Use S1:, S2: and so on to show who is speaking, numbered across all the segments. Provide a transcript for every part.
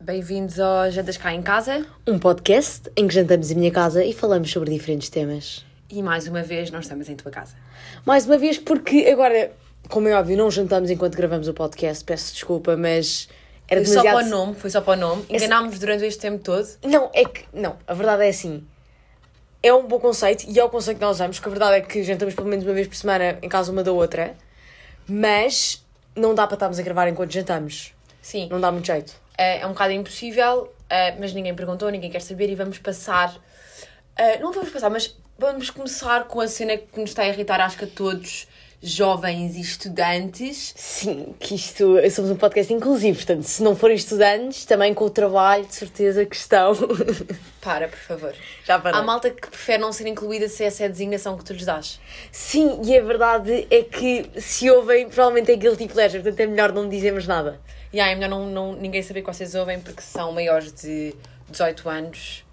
S1: bem-vindos ao Jantas Cá em Casa.
S2: Um podcast em que jantamos em minha casa e falamos sobre diferentes temas.
S1: E mais uma vez, nós estamos em tua casa.
S2: Mais uma vez, porque agora, como é óbvio, não jantamos enquanto gravamos o podcast, peço desculpa, mas era
S1: Foi só
S2: demasiado-
S1: para o nome, foi só para o nome. Enganámos-nos durante este tempo todo.
S2: Não, é que. Não, a verdade é assim. É um bom conceito e é o conceito que nós usamos, que a verdade é que jantamos pelo menos uma vez por semana em casa uma da outra, mas não dá para estarmos a gravar enquanto jantamos.
S1: Sim,
S2: Não dá muito jeito.
S1: eh, é um bocado impossível, eh, mas ninguém perguntou, ninguém quer saber e vamos passar. eh, Não vamos passar, mas vamos começar com a cena que nos está a irritar, acho que a todos, jovens e estudantes.
S2: Sim, que isto. Somos um podcast inclusivo, portanto, se não forem estudantes, também com o trabalho, de certeza que estão.
S1: Para, por favor.
S2: Já parei.
S1: Há malta que prefere não ser incluída se essa é a designação que tu lhes dás.
S2: Sim, e a verdade é que se ouvem, provavelmente é guilty pleasure, portanto é melhor não dizermos nada.
S1: E yeah, é melhor não, não, ninguém saber que vocês ouvem porque são maiores de 18 anos.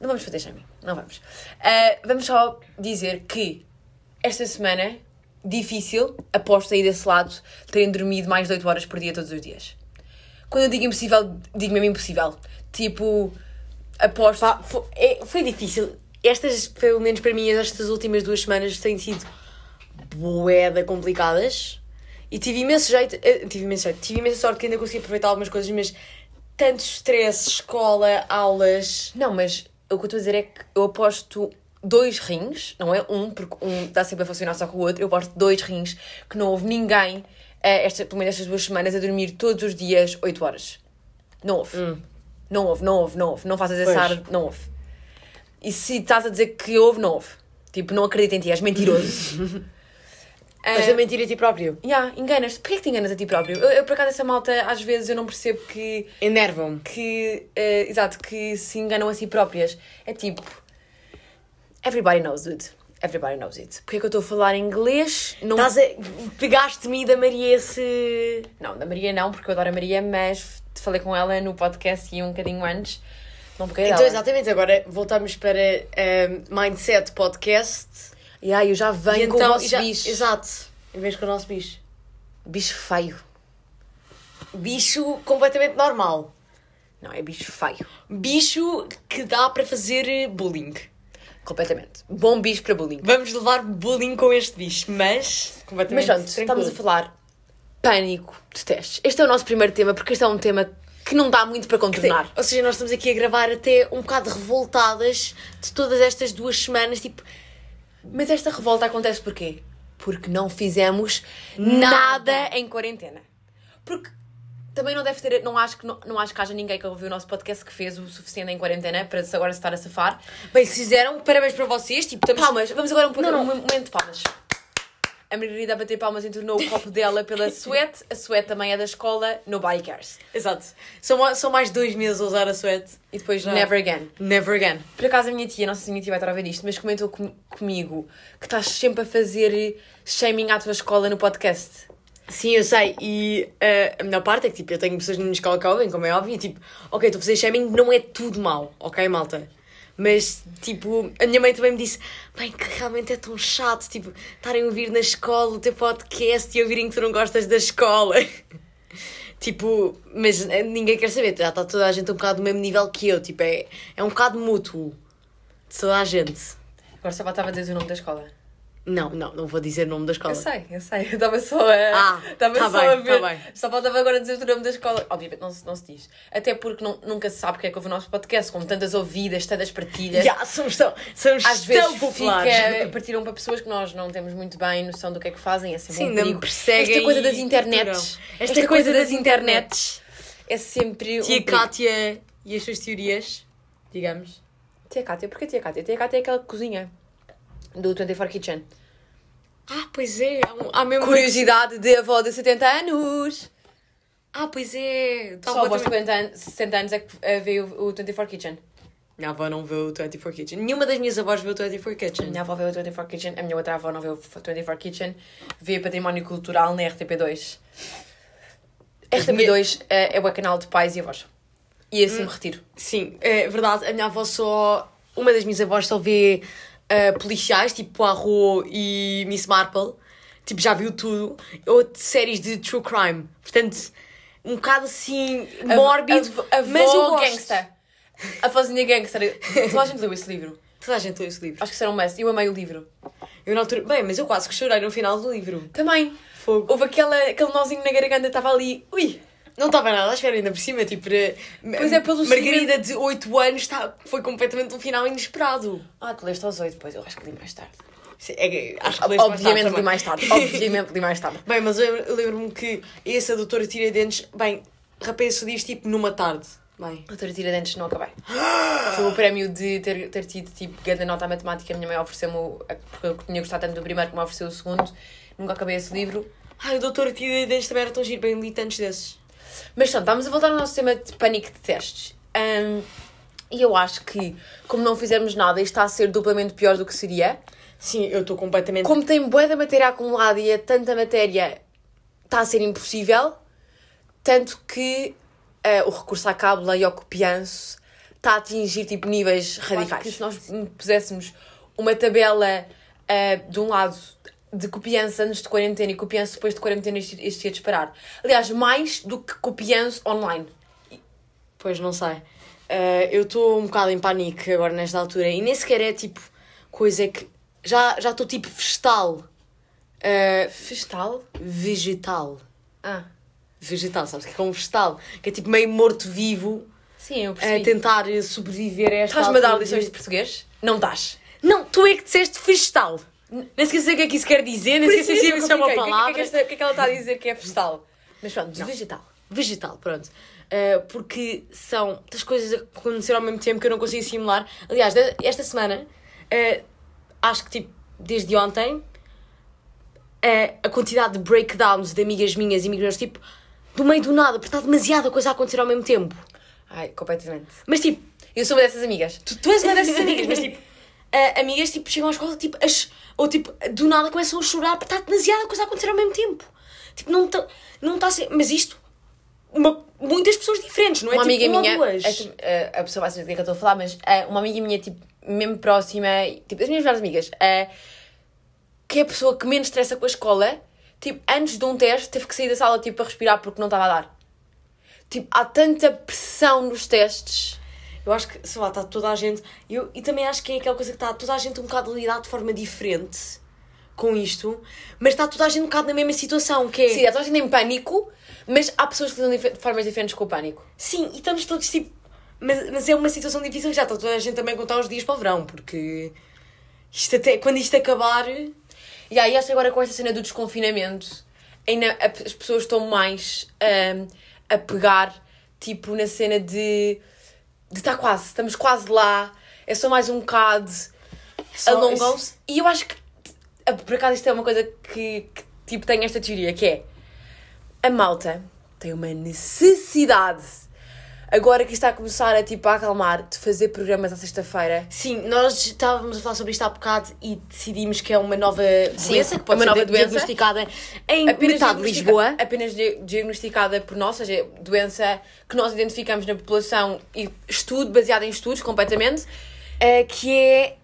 S1: Não vamos fazer shaming, não vamos. Ah, vamos só dizer que esta semana, difícil, aposto aí desse lado, terem dormido mais de 8 horas por dia todos os dias. Quando eu digo impossível, digo mesmo impossível. Tipo, aposto.
S2: Pá, fo- é- foi, difícil. Estas, pelo menos para mim, estas últimas duas semanas têm sido boeda complicadas e tive imenso jeito, eh, tive imenso jeito, tive imensa sorte que ainda consegui aproveitar algumas coisas, mas tanto estresse, escola, aulas.
S1: Não, mas o que eu estou a dizer é que eu aposto dois rins, não é um, porque um está sempre a funcionar só com o outro, eu aposto dois rins que não houve ninguém, eh, esta, pelo menos estas duas semanas, a dormir todos os dias 8 horas. Não houve. Não houve, não houve, não houve. Não faças essa
S2: Hum. Pois.
S1: ar, não houve. E se estás a dizer que houve, não houve. Tipo, não acredito em ti, és mentiroso.
S2: Mas
S1: Ah,
S2: a mentir a ti próprio.
S1: yeah, enganas-te. Porquê que te enganas a ti próprio? Eu, eu, por acaso, essa malta, às vezes, eu não percebo que
S2: Enervam-me.
S1: que, eh, exato, que se enganam a si próprias. É tipo, everybody knows it. Everybody knows it. Porque é que eu estou a falar em inglês? Não...
S2: Estás a... Pegaste-me da Maria esse.
S1: não, da Maria não, porque eu adoro a Maria, mas te falei com ela no podcast e um bocadinho antes. Não peguei
S2: Então,
S1: dela.
S2: exatamente, agora voltamos para ehm, Mindset Podcast.
S1: E aí eu já venho com o
S2: então,
S1: vosso
S2: já-
S1: bicho.
S2: Exato. Em vez com o nosso bicho.
S1: Bicho feio.
S2: Bicho completamente normal.
S1: Não, é bicho feio.
S2: Bicho que dá para fazer eh, bullying.
S1: Completamente. Bom bicho para bullying.
S2: Vamos levar bullying com este bicho, mas.
S1: Mas
S2: Completamente
S1: pronto,
S2: tranquilo.
S1: estamos a falar pânico de testes. Este é o nosso primeiro tema, porque este é um tema que não dá muito para contornar.
S2: Ou seja, nós estamos aqui a gravar até um bocado revoltadas de todas estas duas semanas, tipo,
S1: Mas esta revolta acontece porquê? Porque não fizemos nada,
S2: Nada.
S1: em quarentena. Porque também não deve ter. Não acho, que, não, não acho que haja ninguém que ouviu o nosso podcast que fez o suficiente em quarentena para se agora se estar a safar.
S2: bem, se fizeram, parabéns para vocês, tipo, estamos.
S1: Palmas, vamos agora um, pouco,
S2: Não,
S1: um momento de palmas. A Margarida a bater palmas entornou o copo dela pela suete. A suete também é da escola, nobody cares.
S2: Exato. São, ma- são mais dois meses a usar a suéte.
S1: E depois,
S2: Não.
S1: never again.
S2: Never again.
S1: Por acaso a minha tia, não sei se a minha tia vai estar a ver isto, mas comentou com- comigo que estás sempre a fazer shaming à tua escola no podcast.
S2: Sim, eu sei. E eh, a melhor parte é que tipo, eu tenho pessoas na minha escola que ouvem, como é óbvio, e tipo, ok, estou a fazer shaming, não é tudo mal, ok, malta? Mas, tipo, a minha mãe também me disse, bem, que realmente é tão chato, tipo, estarem a ouvir na escola o teu podcast e ouvirem que tu não gostas da escola. tipo, mas eh, ninguém quer saber, já está toda a gente um bocado do mesmo nível que eu, tipo, é, é um bocado mútuo de toda a gente.
S1: Agora só faltava dizer o nome da escola.
S2: Não, não, não vou dizer o nome da escola.
S1: Eu sei, eu sei. Eu estava só a.
S2: Ah,
S1: estava
S2: tá
S1: só
S2: bem,
S1: a ver.
S2: tá bem.
S1: Só faltava agora dizer o nome da escola. Obviamente não, se- não se diz. Até porque não- nunca se sabe porque é que houve o nosso podcast, com tantas ouvidas, tantas partilhas.
S2: Já, somos tão, somos
S1: Às
S2: tão
S1: vezes
S2: populares.
S1: fica, partilham para pessoas que nós não temos muito bem noção do que é que fazem, é sempre
S2: Sim,
S1: um
S2: ainda me
S1: perigo.
S2: perseguem.
S1: Esta coisa das
S2: e
S1: internets.
S2: torturam. Esta, coisa das
S1: internets
S2: internets.
S1: é sempre um
S2: Tia
S1: perigo.
S2: Cátia e as suas teorias, digamos.
S1: Tia Cátia, porquê Tia Cátia? Tia Cátia é aquela cozinha do 24 Kitchen.
S2: Ah, pois é. Há, um- há mesmo
S1: Curiosidade de avó de 70 anos.
S2: Ah, pois é. Tá
S1: Só
S2: bom,
S1: após
S2: também.
S1: 50 anos, 60 anos é que eh, veio o 24 Kitchen.
S2: Hum. Minha avó não vê o 24 Kitchen. Nenhuma das minhas avós vê o 24
S1: A
S2: Kitchen.
S1: minha avó veio o 24 Kitchen, a minha outra avó não veio o 24 Kitchen, veio Património Cultural na RTP2. RTP2 eh, é o canal de pais e avós. E assim
S2: Hum.
S1: me retiro.
S2: Sim, é verdade. A minha avó só... Uma das minhas avós só vê ah, policiais, tipo Poirot e Miss Marple. Tipo, já viu tudo. Ou de séries de true crime. Portanto, um bocado assim,
S1: A-
S2: mórbido,
S1: a, a,
S2: mas eu gosto.
S1: gangsta. A vozinha gangsta. Toda a gente leu esse livro.
S2: Toda a gente lê esse livro.
S1: Acho que será um mess. Eu amei o livro.
S2: Eu na altura... Bem, mas eu quase que chorei no final do livro.
S1: Também.
S2: Fogo.
S1: Houve aquela, aquele nozinho na garganta, estava ali. Ui!
S2: Não estava nada à espera ainda por cima, tipo... eh,
S1: Pois é, pelo
S2: Margarida de 8 anos está... foi completamente um final inesperado.
S1: Ah, tu leste aos oito, depois eu acho que li mais tarde.
S2: Sim, é que acho que leste mais tarde
S1: Obviamente li
S2: também.
S1: mais tarde. Obviamente li mais tarde.
S2: Bem, mas eu eu lembro-me que esse a doutora Tiradentes, bem, rapaz, diz tipo numa tarde. Bem,
S1: Doutora Tiradentes, não acabei. Foi o prémio de ter, ter tido, tipo, grande nota à matemática. A minha mãe ofereceu-me, o- a- porque eu tinha gostado tanto do primeiro que me ofereceu o segundo. Nunca acabei esse livro.
S2: ai, o doutor Tiradentes também era tão giro, bem, li tantos desses.
S1: Mas pronto, estamos a voltar ao nosso tema de pânico de testes. Ahm, e eu acho que, como não fizermos nada, isto está a ser duplamente pior do que seria.
S2: Sim, eu estou completamente.
S1: Como tem bué da matéria acumulada e é tanta matéria, está a ser impossível. Tanto que ah, o recurso à cábula e ao copianço está a atingir tipo, níveis radicais.
S2: que
S1: se nós puséssemos uma tabela ah, de um lado de copiança antes de quarentena e copiança depois de quarentena, isto, isto ia disparar. Aliás, mais do que copiança online.
S2: Pois não sei. Eh, eu estou um bocado em pânico agora nesta altura e nem sequer é tipo coisa que. Já já estou tipo vegetal. Eh,
S1: Festal?
S2: vegetal.
S1: Ah,
S2: Vegetal, sabes o que é um vegetal? Que é tipo meio morto-vivo
S1: sim, eu
S2: a
S1: percebi.
S2: tentar sobreviver a esta.
S1: Estás-me a dar
S2: altura
S1: lições de
S2: de-
S1: português? Não estás.
S2: Não, tu é que disseste vegetal. Nem sequer sei o que é que isso quer dizer, nem sequer sei se isso é uma
S1: O que
S2: palavra.
S1: é que, esta- o que é que ela está a dizer que é festal? Mas pronto, vegetal.
S2: Vegetal, pronto. Uh, porque são tantas coisas a acontecer ao mesmo tempo que eu não consigo simular. Aliás, de- esta semana, uh, acho que tipo, desde ontem, uh, a quantidade de breakdowns de amigas minhas e amigos meus, tipo, do meio do nada, porque está demasiada coisa a acontecer ao mesmo tempo.
S1: Ai, completamente.
S2: Mas tipo,
S1: Eu sou uma dessas amigas.
S2: tu, tu és uma dessas amigas, mas tipo, uh, amigas tipo, chegam à escola, tipo, as, ou tipo, do nada começam a chorar porque está demasiada coisa a acontecer ao mesmo tempo. Tipo, não está não tá a ser. Mas isto, uma- muitas pessoas diferentes, não é?
S1: Uma
S2: tipo,
S1: amiga
S2: uma ou
S1: minha.
S2: duas.
S1: esta- eh, a pessoa vai saber do que é que eu estou a falar, mas eh, uma amiga minha, tipo, mesmo próxima, e, tipo, as minhas melhores amigas, eh, que é a pessoa que menos estressa com a escola, tipo, antes de um teste, teve que sair da sala, tipo, a respirar porque não estava a dar. Tipo, há tanta pressão nos testes.
S2: Eu acho que, sei lá, está toda a gente. Eu, e também acho que é aquela coisa que está toda a gente um bocado a lidar de forma diferente com isto, mas está toda a gente um bocado na mesma situação, que é.
S1: Sim, há toda a gente em pânico, mas há pessoas que lidam dife- de formas diferentes com o pânico.
S2: Sim, e estamos todos tipo. Mas, mas é uma situação difícil, já está toda a gente também a contar os dias para o verão, porque. Isto até, quando isto acabar.
S1: E aí acho que agora com esta cena do desconfinamento, ainda a- as pessoas estão mais ahm, a pegar, tipo, na cena de de estar quase, estamos quase lá, é só mais um bocado,
S2: só-
S1: alongam-se. E eu acho que, a- por acaso, isto é uma coisa que, que, tipo, tem esta teoria, que é a malta tem uma necessidade, agora que está a começar a, tipo, a acalmar, de fazer programas à sexta-feira.
S2: Sim, nós estávamos a falar sobre isto há bocado e decidimos que é uma nova
S1: Sim,
S2: doença que pode
S1: é uma
S2: ser
S1: nova doença.
S2: diagnosticada em metade de
S1: diagnostica-
S2: Lisboa.
S1: Apenas di- diagnosticada por nós, ou seja, doença que nós identificamos na população e estudo, baseado em estudos completamente.
S2: eh, que é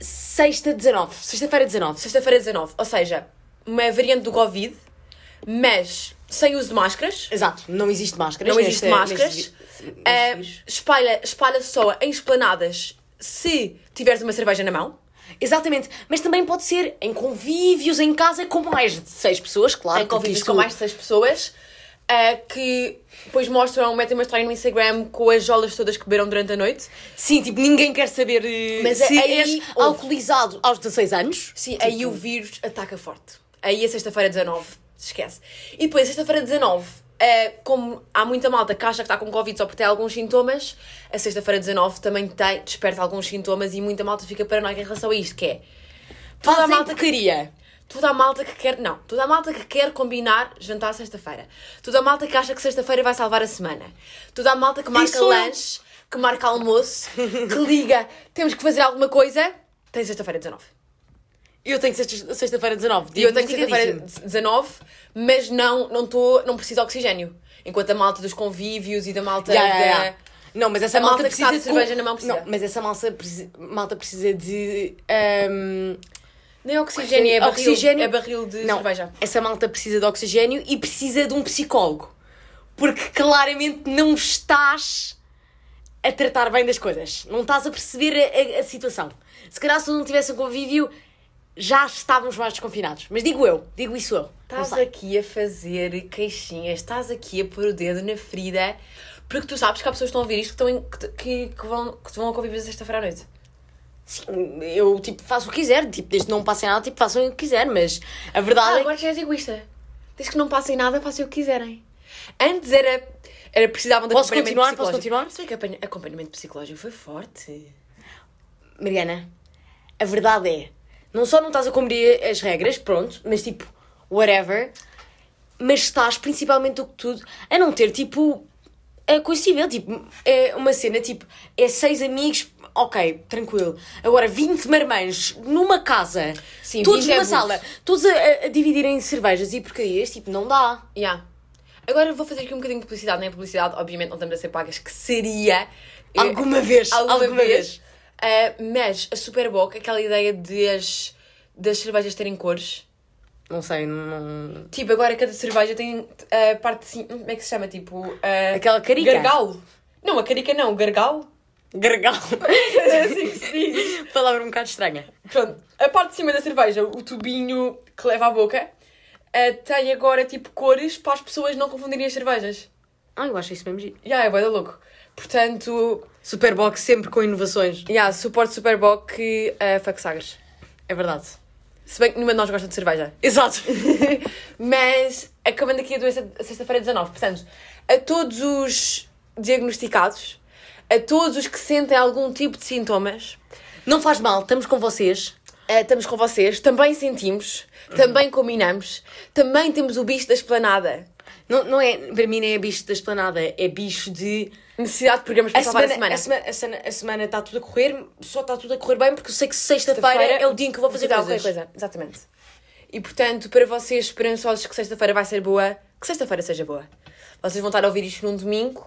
S2: sexta 19, sexta-feira 19.
S1: Sexta-feira 19, ou seja, uma variante do Covid, mas sem uso de máscaras.
S2: Exato, não existe máscaras.
S1: Não existe
S2: nesta-
S1: máscaras.
S2: neste é vi-
S1: Ah,
S2: neste vírus.
S1: espalha, espalha só em esplanadas se tiveres uma cerveja na mão.
S2: Exatamente, mas também pode ser em convívios em casa com mais de 6 pessoas, claro.
S1: em
S2: porque
S1: convívios
S2: isto-
S1: com mais de 6 pessoas, ah, que depois mostram, metem uma história no Instagram com as jolas todas que beberam durante a noite.
S2: Sim, tipo, ninguém quer saber eh,
S1: Mas
S2: se
S1: aí
S2: és
S1: houve.
S2: alcoolizado aos 16 anos.
S1: Sim, tipo, aí o vírus ataca forte. Aí a sexta-feira 19, esquece. E depois, sexta-feira 19, eh, como há muita malta que acha que está com Covid só porque tem alguns sintomas, a sexta-feira 19 também tem, desperta alguns sintomas e muita malta fica paranoica em relação a isto, que é toda a
S2: Fazem
S1: malta
S2: porcaria.
S1: Toda a malta que quer. Não, toda a malta que quer combinar jantar sexta-feira. Toda a malta que acha que sexta-feira vai salvar a semana. Toda a malta que marca
S2: Isso eu.
S1: lanche, que marca almoço, que liga, temos que fazer alguma coisa, tem sexta-feira 19.
S2: Eu tenho sexta- sexta-feira 19.
S1: E eu tenho sexta-feira
S2: diagnosticadíssimo.
S1: 19, mas não, não, tô, não preciso de oxigênio. Enquanto a malta dos convívios e da malta
S2: Ya, ya,
S1: da-
S2: ya. Não, mas essa
S1: A malta que
S2: malta, precisa um
S1: está de cerveja na mão precisa.
S2: Não, mas essa malta precisa, malta precisa de. ehm, ahm,
S1: Nem oxigênio, é barril,
S2: Oxigênio-
S1: é barril de cerveja.
S2: Essa malta precisa de oxigênio e precisa de um psicólogo. Porque claramente não estás a tratar bem das coisas. Não estás a perceber a, a- a situação. Se calhar se não tivesse um convívio, já estávamos mais desconfinados. Mas digo eu, digo isso eu. Não
S1: Estás
S2: sei.
S1: aqui a fazer queixinhas, estás aqui a pôr o dedo na ferida, porque tu sabes que há pessoas que estão a ouvir isto que, estão em- que, te- que, que vão, que te vão a conviver sexta-feira à noite.
S2: Sim, eu tipo, faço o que quiser, tipo, desde que não passem nada, tipo, façam o que quiser, mas a
S1: Ah,
S2: verdade é
S1: agora já és egoísta. Diz que não passem nada, passem o que quiserem. Antes era, era precisavam de
S2: Posso
S1: acompanhamento
S2: continuar? Posso
S1: psicológico.
S2: continuar?
S1: Se bem que acompanha- acompanhamento psicológico foi forte.
S2: que. Mariana, a verdade é, não só não estás a cumprir as regras, pronto, mas tipo, whatever, mas estás principalmente do que tudo a não ter tipo a coisa civil, tipo, é uma cena tipo, é seis amigos, ok, tranquilo. Agora, 20 marmães numa casa,
S1: Sim,
S2: todos
S1: 20 é
S2: numa
S1: muito.
S2: sala, todos a- a, a dividirem cervejas e porcarias, tipo, não dá.
S1: Yeah. Agora vou fazer aqui um bocadinho de publicidade, nem é publicidade, obviamente não estamos a ser pagas, que seria. eh,
S2: Alguma vez,
S1: alguma,
S2: alguma
S1: vez.
S2: vez.
S1: Eh, mas a Super Boca, aquela ideia de as, das cervejas terem cores.
S2: Não sei, não.
S1: Tipo, agora cada cerveja tem a parte assim. Como é que se chama? Tipo. eh,
S2: Aquela carica.
S1: Gargalo. Não, a carica não, gargalo.
S2: Gargal.
S1: É assim que se diz.
S2: Palavra um bocado estranha.
S1: Pronto, a parte de cima da cerveja, o tubinho que leva à boca, eh, tem agora tipo cores para as pessoas não confundirem as cervejas.
S2: Ah, eu acho isso mesmo giro.
S1: Já, é bué da louco. Portanto,
S2: Superbox sempre com inovações.
S1: já, suporte Superboc que a Faxagres.
S2: É verdade.
S1: Se bem que nenhuma de nós gosta de cerveja.
S2: Exato.
S1: Mas acabando aqui a doença sexta-feira 19, portanto, a todos os diagnosticados, a todos os que sentem algum tipo de sintomas,
S2: Não faz mal, estamos com vocês.
S1: Eh, estamos com vocês, também sentimos, também combinamos, também temos o bicho da esplanada.
S2: Não, não é, para mim nem é bicho da esplanada, é bicho de...
S1: Necessidade de programas para
S2: A
S1: salvar
S2: semana, a,
S1: a semana.
S2: semana, a, semana, a semana está tudo a correr, só está tudo a correr bem porque eu sei que sexta-feira
S1: Sexta-feira
S2: é o dia em que eu vou fazer
S1: Tal,
S2: coisas.
S1: qualquer coisa. Exatamente. E portanto, para vocês esperançosos que sexta-feira vai ser boa, que sexta-feira seja boa. Vocês vão estar a ouvir isto num domingo.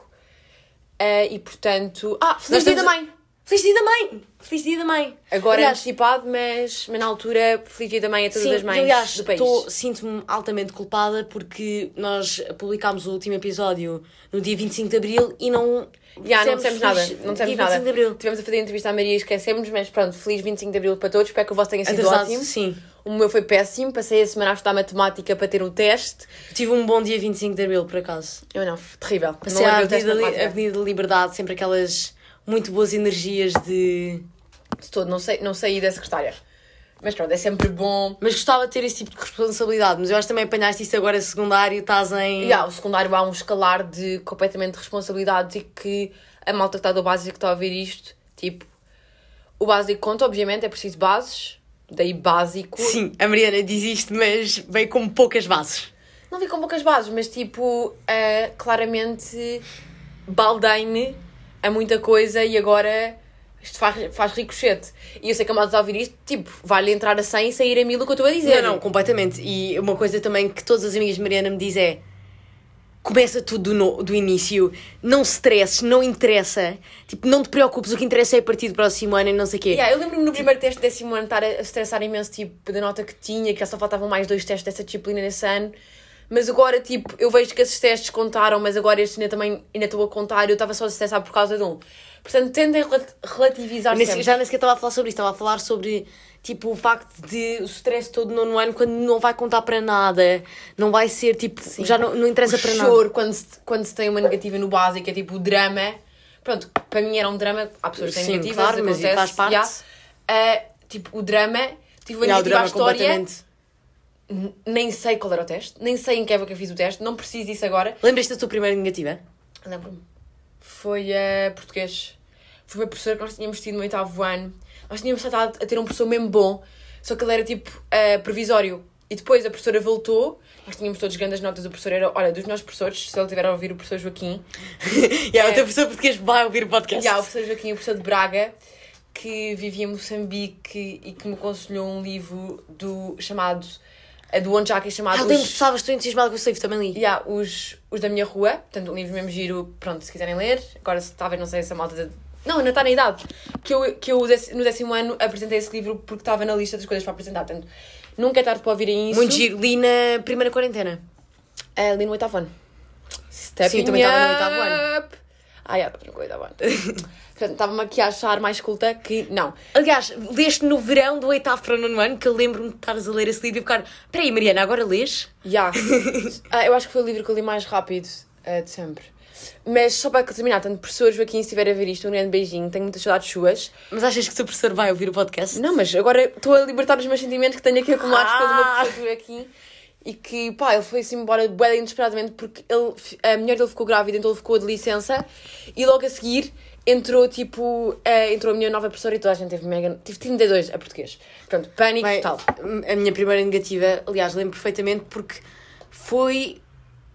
S1: eh, e portanto. Ah, feliz
S2: Nós
S1: dia da
S2: estamos a-
S1: mãe!
S2: Feliz dia da mãe! Feliz dia da mãe!
S1: Agora é
S2: Aliás,
S1: antecipado, mas, mas na altura, feliz dia da mãe a todas
S2: Sim,
S1: as mães
S2: eu, aliás,
S1: do país.
S2: tô- sinto-me altamente culpada porque nós publicámos o último episódio no dia 25 de Abril e não.
S1: Já, não
S2: dissemos
S1: dissemos nada.
S2: feliz
S1: Não dissemos
S2: dia 25
S1: nada.
S2: de Abril.
S1: Tivemos a fazer entrevista à Maria e esquecemos, mas pronto, feliz 25 de Abril para todos. Espero que o vosso tenha sido
S2: Atrasado,
S1: ótimo.
S2: sim.
S1: O meu foi péssimo. Passei a semana a estudar matemática para ter um teste.
S2: Tive um bom dia 25 de Abril, por acaso.
S1: Eu não, terrível.
S2: Passei
S1: não é?
S2: à
S1: lembro o teste
S2: Avenida,
S1: de
S2: Li-
S1: matemática.
S2: Avenida da Liberdade, sempre aquelas muito boas energias de.
S1: de todo, não, sei, não saí da secretária. Mas pronto, é sempre bom.
S2: Mas gostava de ter esse tipo de responsabilidade, mas eu acho que também apanhaste isso agora secundário, estás em.
S1: E há, o secundário há um escalar de completamente de responsabilidades e que a malta que está do básico que está a ouvir isto, tipo, o básico conta, obviamente, é preciso bases, daí básico.
S2: Sim, a Mariana diz isto, mas veio com poucas bases.
S1: Não vi com poucas bases, mas tipo, ah, claramente baldei-me a muita coisa e agora isto faz, faz ricochete. E eu sei que a malta está a ouvir isto, tipo, vai-lhe entrar a 100 e sair a 1000 o que eu estou a dizer.
S2: Não, não, completamente. E uma coisa também que todas as amigas de Mariana me dizem é começa tudo do, no- do início, não stresses, não interessa, tipo, não te preocupes, o que interessa é a partir do próximo ano e não sei o quê.
S1: Yeah, eu lembro-me no primeiro teste do décimo ano estar a a estressar imenso, tipo, da nota que tinha, que já só faltavam mais dois testes dessa disciplina nesse ano. Mas agora, tipo, eu vejo que esses testes contaram, mas agora este ainda também ainda estou a contar e eu estava só a estressar por causa de um. Portanto, tentem rela- relativizar
S2: Nesse-
S1: sempre.
S2: já nem sequer estava a falar sobre isso, estava a falar sobre tipo o facto de o stress todo no nono ano quando não vai contar para nada, não vai ser tipo, já não, não interessa
S1: o
S2: para nada.
S1: choro quando se, quando se tem uma negativa no básico, é tipo o drama. Pronto, para mim era um drama, há pessoas que têm
S2: Sim,
S1: negativas,
S2: claro, mas
S1: acontece,
S2: faz parte.
S1: yeah. Ah, tipo, o drama, tive uma
S2: E
S1: negativa
S2: há o
S1: à
S2: drama
S1: história,
S2: completamente.
S1: nem sei qual era o teste, nem sei em que época eu fiz o teste, não preciso disso agora.
S2: Lembras-te da tua primeira negativa?
S1: Lembro-me. Foi a português. Foi uma professora que nós tínhamos tido no oitavo ano. Nós tínhamos estado a ter um professor mesmo bom, só que ele era tipo eh, provisório. E depois a professora voltou, nós tínhamos todas grandes notas. O professor era, olha, dos nossos professores, se ele tiver a ouvir o professor Joaquim,
S2: e yeah, o teu professor português vai ouvir o podcast.
S1: É. e há o professor Joaquim, o professor de Braga, que vivia em Moçambique e que me aconselhou um livro do chamado. eh, do Onde Jack, chamado.
S2: Ah,
S1: Os-
S2: lembro que estavas tão entusiasmada com esse livro, também li.
S1: E há os, os da minha rua, portanto, um livro mesmo giro, pronto, se quiserem ler. Agora, se- talvez não sei se a malta. de- Não, ainda está na idade. Que eu, que eu dec- no décimo ano apresentei esse livro porque estava na lista das coisas para apresentar. Portanto, nunca é tarde para ouvirem isso.
S2: Muito giro, li na primeira quarentena.
S1: Ah, ali no oitavo ano. Stepping
S2: Sim, eu também estava no
S1: up.
S2: oitavo ano.
S1: Ah, já, estava no oitavo ano. Portanto, estava-me aqui a achar mais culta que não.
S2: Aliás, leste no verão do oitavo para o nono ano, que eu lembro-me de estares a ler esse livro e ficar. Peraí, Mariana, agora lês?
S1: Já. Ah, eu acho que foi o livro que eu li mais rápido ah, de sempre. Mas só para terminar, tanto professor Joaquim, se estiver a ver isto, um grande beijinho. Tenho muitas saudades suas.
S2: Mas achas que o teu professor vai ouvir o podcast?
S1: Não, mas agora estou a libertar os meus sentimentos que tenho aqui acumulados pelo meu
S2: Ah!
S1: professor Joaquim. E que, pá, ele foi-se embora bué inesperadamente porque ele, a mulher dele ficou grávida, então ele ficou de licença. E logo a seguir entrou, tipo, eh, entrou a minha nova professora e toda a gente teve mega... Tive 32 a é português. Portanto, pânico
S2: Bem, hum,
S1: total.
S2: A minha primeira negativa, aliás, lembro perfeitamente porque foi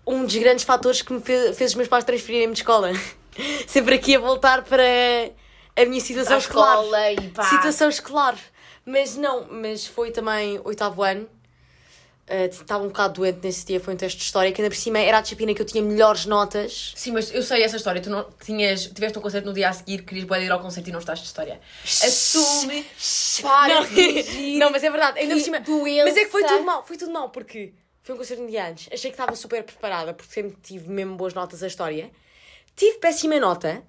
S2: um dos grandes fatores que me fe- fez os meus pais transferirem-me de escola. Sempre aqui a voltar para a minha situação
S1: Para a
S2: escolar.
S1: escola e pá.
S2: Situação escolar. Mas não, mas foi também oitavo ano. Ah, Estava um bocado doente nesse dia, foi um teste de história, que ainda por cima era a disciplina que eu tinha melhores notas.
S1: Sim, mas eu sei essa história. Tu não tinhas, tiveste um concerto no dia a seguir, querias bué de ir ao concerto e não estás de história. Assume, para
S2: não,
S1: de fingir.
S2: não, mas é verdade, ainda por
S1: que
S2: cima.
S1: doença.
S2: Mas é que foi tudo mal, foi tudo mal, porque foi um concerto de antes. Achei que estava super preparada, porque sempre tive mesmo boas notas a história. Tive péssima nota.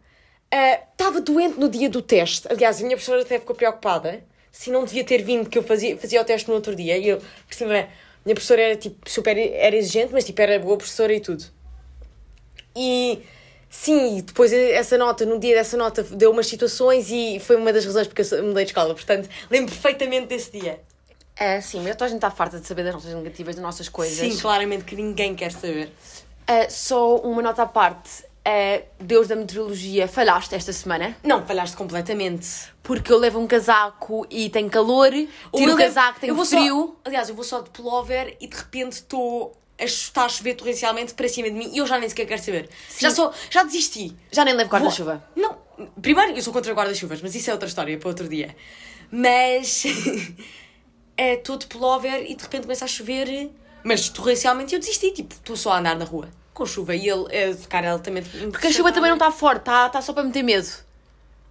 S2: ah, Estava doente no dia do teste. Aliás, a minha professora até ficou preocupada se não devia ter vindo, que eu fazia, fazia o teste no outro dia. E eu, por cima, a minha professora era tipo super era exigente, mas tipo era boa professora e tudo. E sim, e depois essa nota, no dia dessa nota, deu umas situações e foi uma das razões porque eu mudei de escola. Portanto, lembro perfeitamente desse dia.
S1: É, sim, mas toda a gente está farta de saber das nossas negativas, das nossas coisas.
S2: Sim, claramente que ninguém quer saber.
S1: Ah, só uma nota à parte. Ah, Deus da meteorologia, falhaste esta semana?
S2: Não, falhaste completamente.
S1: Porque eu levo um casaco e tem calor, tiro o,
S2: meu
S1: casaco,
S2: lembro-
S1: tenho
S2: eu vou só-
S1: frio.
S2: aliás, eu vou só de pullover e de repente estou a chutar a chover torrencialmente para cima de mim e eu já nem sequer quero saber. Já sou, já desisti.
S1: Já nem levo
S2: Vou-
S1: guarda-chuva.
S2: Não, primeiro eu sou contra guarda-chuvas, mas isso é outra história para outro dia. Mas é todo pullover e de repente começa a chover, mas torrencialmente eu desisti, tipo, estou só a andar na rua com chuva e ele é ficar altamente.
S1: Porque a chuva também não está forte, está tá só para meter medo.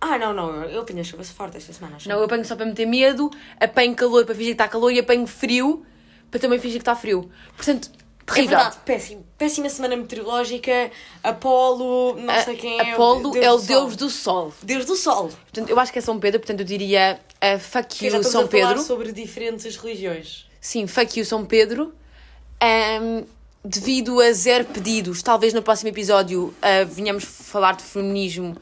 S2: Ah, não, não, eu, eu apanhei chuva forte esta semana, acho.
S1: Não, eu apanho só para meter medo, apanho calor para fingir que está calor e apanho frio para também fingir que está frio. Portanto,
S2: É
S1: terrível.
S2: verdade, péssimo. Péssima semana meteorológica, Apolo, não sei quem é.
S1: Apolo é o deus
S2: Sol.
S1: do sol.
S2: Deus do Sol.
S1: Portanto, eu acho que é São Pedro, portanto eu diria ah, fuck
S2: Que já
S1: you
S2: estamos
S1: São
S2: a falar
S1: Pedro.
S2: sobre diferentes religiões.
S1: Sim, fuck you São Pedro. Ahm, devido a zero pedidos, talvez no próximo episódio ah, venhamos falar de feminismo,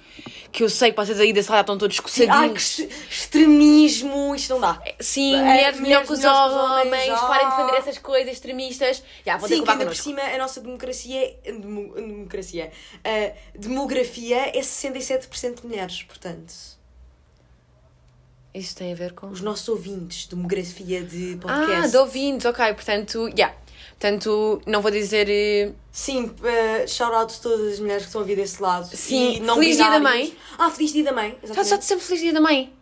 S1: que eu sei que vocês aí da sala estão todos
S2: Ai, que
S1: coçadinhos.
S2: est- extremismo, isto não dá.
S1: Sim,
S2: É,
S1: mulheres melhor
S2: mulheres
S1: que os
S2: melhores que os
S1: homens,
S2: homens,
S1: parem de
S2: ah.
S1: defender essas coisas extremistas. Já, vão ter que
S2: Sim, que
S1: acabar
S2: ainda
S1: connosco.
S2: por cima a nossa democracia, é, demo- democracia a demografia é 67% de mulheres, portanto.
S1: Isso tem a ver com.
S2: Os nossos ouvintes, demografia de podcast.
S1: Ah, de ouvintes, ok, portanto, já. Portanto, não vou dizer. eh,
S2: Sim, uh, shout out a todas as mulheres que estão a vir desse lado.
S1: Sim,
S2: E não
S1: feliz dia da
S2: binários.
S1: mãe.
S2: Ah, feliz dia da mãe.
S1: Já,
S2: exatamente.
S1: já dissemos feliz dia da mãe.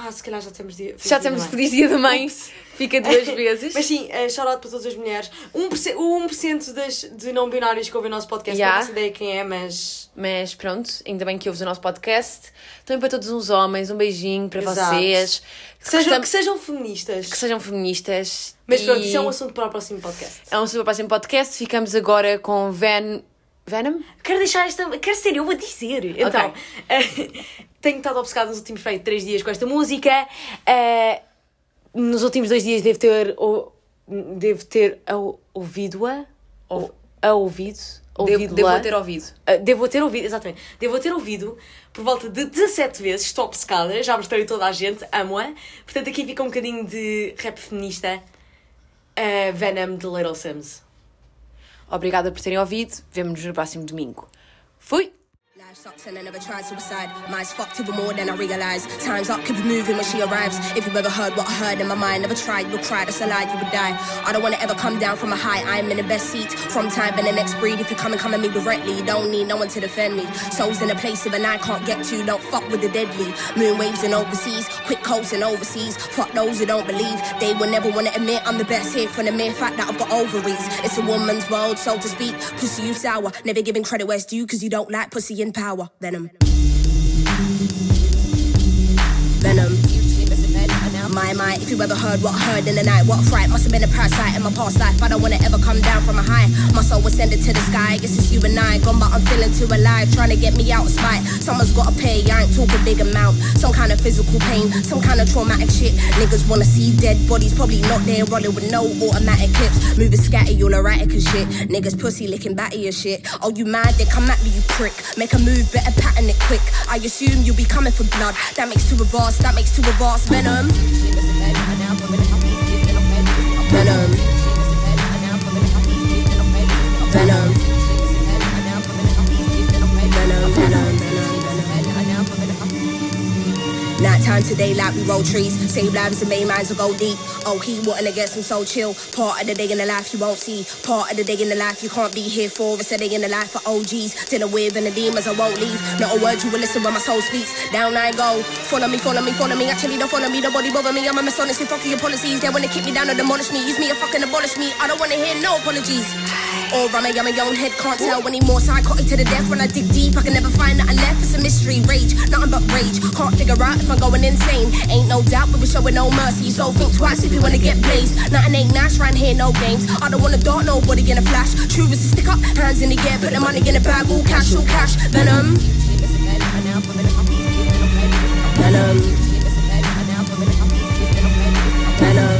S2: Ah, se calhar já temos dia.
S1: Se já dissemos feliz dia da mãe, fica duas vezes.
S2: é? Mas sim, eh, shout out para todas as mulheres. 1%, o 1% das, de não binários que ouvem o nosso podcast,
S1: Yeah.
S2: não faço ideia quem é, mas.
S1: Mas pronto, ainda bem que ouves o nosso podcast. Também para todos os homens, um beijinho para
S2: Exato.
S1: vocês.
S2: Que sejam,
S1: Gostam-
S2: que sejam feministas.
S1: que sejam feministas.
S2: Mas pronto,
S1: e-
S2: isso é um assunto para o próximo podcast.
S1: É um assunto para o próximo podcast. Ficamos agora com Ven... Venom?
S2: Quero deixar esta. Quero ser eu a dizer. Então, eh, tenho estado obcecada nos últimos feito, três dias com esta música. Eh, nos últimos dois dias devo ter. ou- devo ter ou- ouvido-a. Ou, a ouvido.
S1: Devo,
S2: ouvido-la.
S1: devo ter ouvido.
S2: Uh, devo a ter ouvido, exatamente, devo a ter ouvido por volta de 17 vezes, estou obcecada, já mostrei a toda a gente, amo-a. Portanto, aqui fica um bocadinho de rap feminista, uh, Venom de Little Sims.
S1: Obrigada por terem ouvido. Vemo-nos no próximo domingo. Fui!
S3: Life sucks and I never tried suicide. Mine's fucked even more than I realized. Time's up, keep it moving when she arrives. If you ever heard what I heard in my mind, never tried, you'll cry, that's a lie, you would die. I don't wanna ever come down from a high, I'm in the best seat. From time and the next breed, if you come and come at me directly, you don't need no one to defend me. Souls in a place even I can't get to, don't fuck with the deadly. Moon waves and overseas, quick coast and overseas. Fuck those who don't believe, they will never wanna admit I'm the best here from the mere fact that I've got ovaries. It's a woman's world, so to speak. Pussy, you sour, never giving credit where it's due, cause you don't like pussy in power. Venom. Venom. my mind. If you ever heard what I heard in the night, what a fright must have been a parasite in my past life. I don't wanna ever come down from a high. My soul was sending to the sky. I guess it's you and I gone, but I'm feeling too alive. Trying to get me out of spite. Someone's gotta pay. I ain't talking big amount. Some kind of physical pain, some kind of traumatic shit. Niggas wanna see dead bodies, probably not there, rolling with no automatic clips. Moving scatty, all erratic and shit. Niggas pussy licking batty and shit. Oh, you mad? They come at me, you prick. Make a move, better pattern it quick. I assume you'll be coming for blood. That makes two of us, that makes two of us. Venom. Venom. Venom. Venom, venom, venom, venom, venom. Night time today, like we roll trees. Save lives and main minds will go deep. Oh, he wanting to get some soul chill. Part of the day in the life you won't see. Part of the day in the life you can't be here for. It's a day in the life for OGs. Dealing with and the demons I won't leave. Not a word you will listen when my soul speaks. Down I go. Follow me, follow me, follow me. Actually, don't follow me. Nobody bother me. I'm a mess, honestly. Fuck your policies. They wanna kick me down or demolish me. Use me or fucking abolish me. I don't wanna hear no apologies. Or I'm a young, young head. Can't tell anymore. Psychotic to the death when I dig deep. I can never find nothing left. It's a mystery. Rage, nothing but rage. Can't figure out if I'm going insane. Ain't no doubt, but we're showing no mercy. So think twice if you wanna get blazed. Nothing ain't nice round here, no games. I don't wanna dart nobody in a flash. True is to stick up, hands in the air, put the money in a bag, all cash, all cash. Venom. Venom. Venom.